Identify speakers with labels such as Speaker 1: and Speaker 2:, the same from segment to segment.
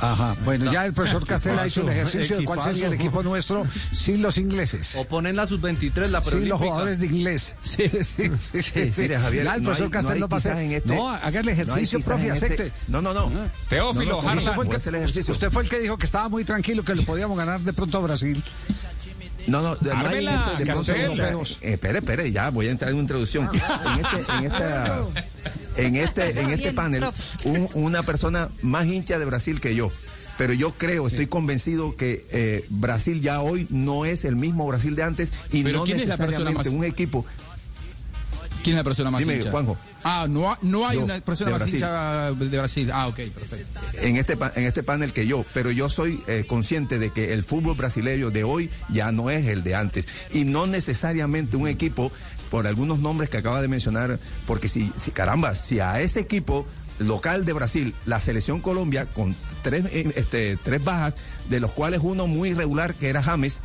Speaker 1: Ajá. Bueno, ya el profesor Castela hizo el ejercicio de cuál sería el equipo nuestro sin los ingleses.
Speaker 2: O ponen la sub-23, la
Speaker 1: Sin los
Speaker 2: preolímpica.
Speaker 1: jugadores de inglés. Sí, sí, sí. sí, sí.
Speaker 3: Mire, Javier,
Speaker 1: Ya el
Speaker 3: no hay-
Speaker 1: profesor Castelo
Speaker 3: no hay
Speaker 1: va a hacer-
Speaker 3: quizás en este-
Speaker 1: No, haga el
Speaker 3: no hay
Speaker 1: ejercicio,
Speaker 3: quizás
Speaker 1: profe,
Speaker 3: en este-
Speaker 1: acepte.
Speaker 3: No, no, no.
Speaker 4: Teófilo,
Speaker 3: No, no,
Speaker 4: Harlan.
Speaker 1: Usted fue, el
Speaker 3: voy
Speaker 1: que,
Speaker 3: a hacer el
Speaker 1: usted,
Speaker 3: ejercicio.
Speaker 1: fue el que dijo que estaba muy tranquilo, que le podíamos ganar de pronto a Brasil.
Speaker 3: No, no, de- no hay
Speaker 4: Ármela,
Speaker 3: de pronto
Speaker 4: Castell.
Speaker 3: europeos. Eh, espere, espere, ya voy a entrar en una introducción. En este, en esta- en este, en este panel, un- una persona más hincha de Brasil que yo. Pero yo creo, estoy convencido que eh, Brasil ya hoy no es el mismo Brasil de antes y
Speaker 4: ¿Pero
Speaker 3: no
Speaker 4: quién es la persona
Speaker 3: necesariamente
Speaker 4: más-
Speaker 3: un equipo.
Speaker 4: ¿Quién es la persona más
Speaker 3: Dime,
Speaker 4: hincha?
Speaker 3: Juanjo.
Speaker 4: Ah, no, ha- no hay
Speaker 3: Yo,
Speaker 4: una persona
Speaker 3: de
Speaker 4: más
Speaker 3: Brasil.
Speaker 4: hincha de Brasil. Ah, ok, perfecto.
Speaker 3: en este, pa- en este panel que yo, pero yo soy eh, consciente de que el fútbol brasileño de hoy ya no es el de antes y no necesariamente un equipo por algunos nombres que acaba de mencionar, porque si, si- caramba, si a ese equipo local de Brasil, la selección Colombia con tres, eh, este, tres bajas, de los cuales uno muy irregular que era James,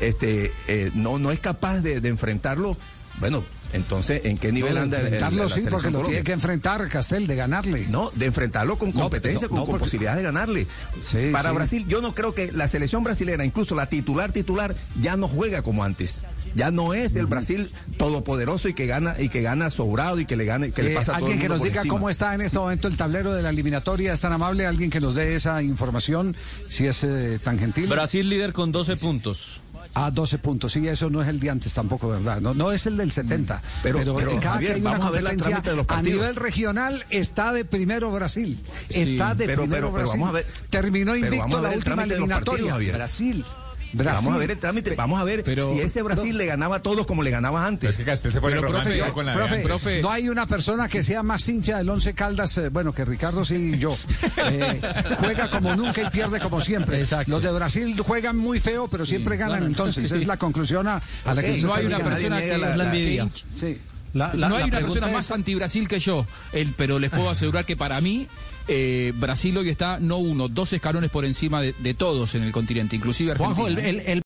Speaker 3: este, eh, no, no es capaz de, de enfrentarlo, bueno, entonces, ¿en qué nivel
Speaker 1: No, de
Speaker 3: anda el- el-
Speaker 1: enfrentarlo
Speaker 3: la
Speaker 1: sí,
Speaker 3: selección
Speaker 1: porque lo
Speaker 3: Colombia?
Speaker 1: tiene que enfrentar, Castel, de ganarle.
Speaker 3: No, de enfrentarlo con
Speaker 1: No,
Speaker 3: competencia,
Speaker 1: no,
Speaker 3: con,
Speaker 1: no,
Speaker 3: con
Speaker 1: porque-
Speaker 3: posibilidades de ganarle.
Speaker 1: Sí,
Speaker 3: Para
Speaker 1: sí.
Speaker 3: Brasil, yo no creo que la selección brasilera, incluso la titular titular, ya no juega como antes. Ya no es el Brasil todopoderoso y que gana y que gana sobrado y que le gana que le
Speaker 1: Eh,
Speaker 3: pasa a todo el
Speaker 1: alguien que
Speaker 3: mundo
Speaker 1: nos
Speaker 3: por
Speaker 1: diga
Speaker 3: encima.
Speaker 1: cómo está en este momento el tablero de la eliminatoria, es tan amable, alguien que nos dé esa información, si es eh, tan gentil.
Speaker 2: Brasil líder con 12 puntos.
Speaker 1: A 12 puntos, sí, eso no es el de antes tampoco, ¿verdad? No, no es el del 70.
Speaker 3: Mm. Pero- pero,
Speaker 1: cada
Speaker 3: Javier,
Speaker 1: que hay una
Speaker 3: vamos a ver la
Speaker 1: competencia,
Speaker 3: trámite de los
Speaker 1: a
Speaker 3: partidos.
Speaker 1: nivel regional está de primero Brasil. Está de
Speaker 3: pero-
Speaker 1: primero
Speaker 3: pero- pero
Speaker 1: Brasil.
Speaker 3: vamos a ver-
Speaker 1: Terminó
Speaker 3: pero vamos
Speaker 1: invicto
Speaker 3: a
Speaker 1: la
Speaker 3: ver el
Speaker 1: última
Speaker 3: trámite de los partidos,
Speaker 1: eliminatoria.
Speaker 3: Javier.
Speaker 1: Brasil. Brasil.
Speaker 3: Vamos a ver el trámite, vamos a ver
Speaker 4: pero-
Speaker 3: si ese Brasil le ganaba a todos como le ganaba antes.
Speaker 5: Es que Castel se pone
Speaker 4: Pero, profe,
Speaker 5: romántico
Speaker 4: yo-
Speaker 5: con la de
Speaker 1: profe,
Speaker 5: antes.
Speaker 4: profe.
Speaker 1: no hay una persona que sea más hincha del Once Caldas, eh, bueno, que Ricardo sí y yo. Eh, juega como nunca y pierde como siempre.
Speaker 4: Exacto.
Speaker 1: Los de Brasil juegan muy feo, pero siempre ganan.
Speaker 4: bueno,
Speaker 1: entonces, es la conclusión a, a la que
Speaker 3: Ey,
Speaker 1: se
Speaker 4: No hay
Speaker 3: sabe
Speaker 4: una
Speaker 3: que nadie
Speaker 4: persona
Speaker 3: niega
Speaker 4: que
Speaker 3: la- la-
Speaker 4: que hincha-
Speaker 1: Sí.
Speaker 6: La- la-
Speaker 4: no hay
Speaker 6: la
Speaker 4: una
Speaker 6: pregunta
Speaker 4: persona
Speaker 6: es-
Speaker 4: más anti-Brasil que yo, el, pero les puedo asegurar que para mí eh, Brasil hoy está no uno, dos escalones por encima de, de todos en el continente, inclusive Argentina. ¿eh?
Speaker 6: Juanjo, el, el- el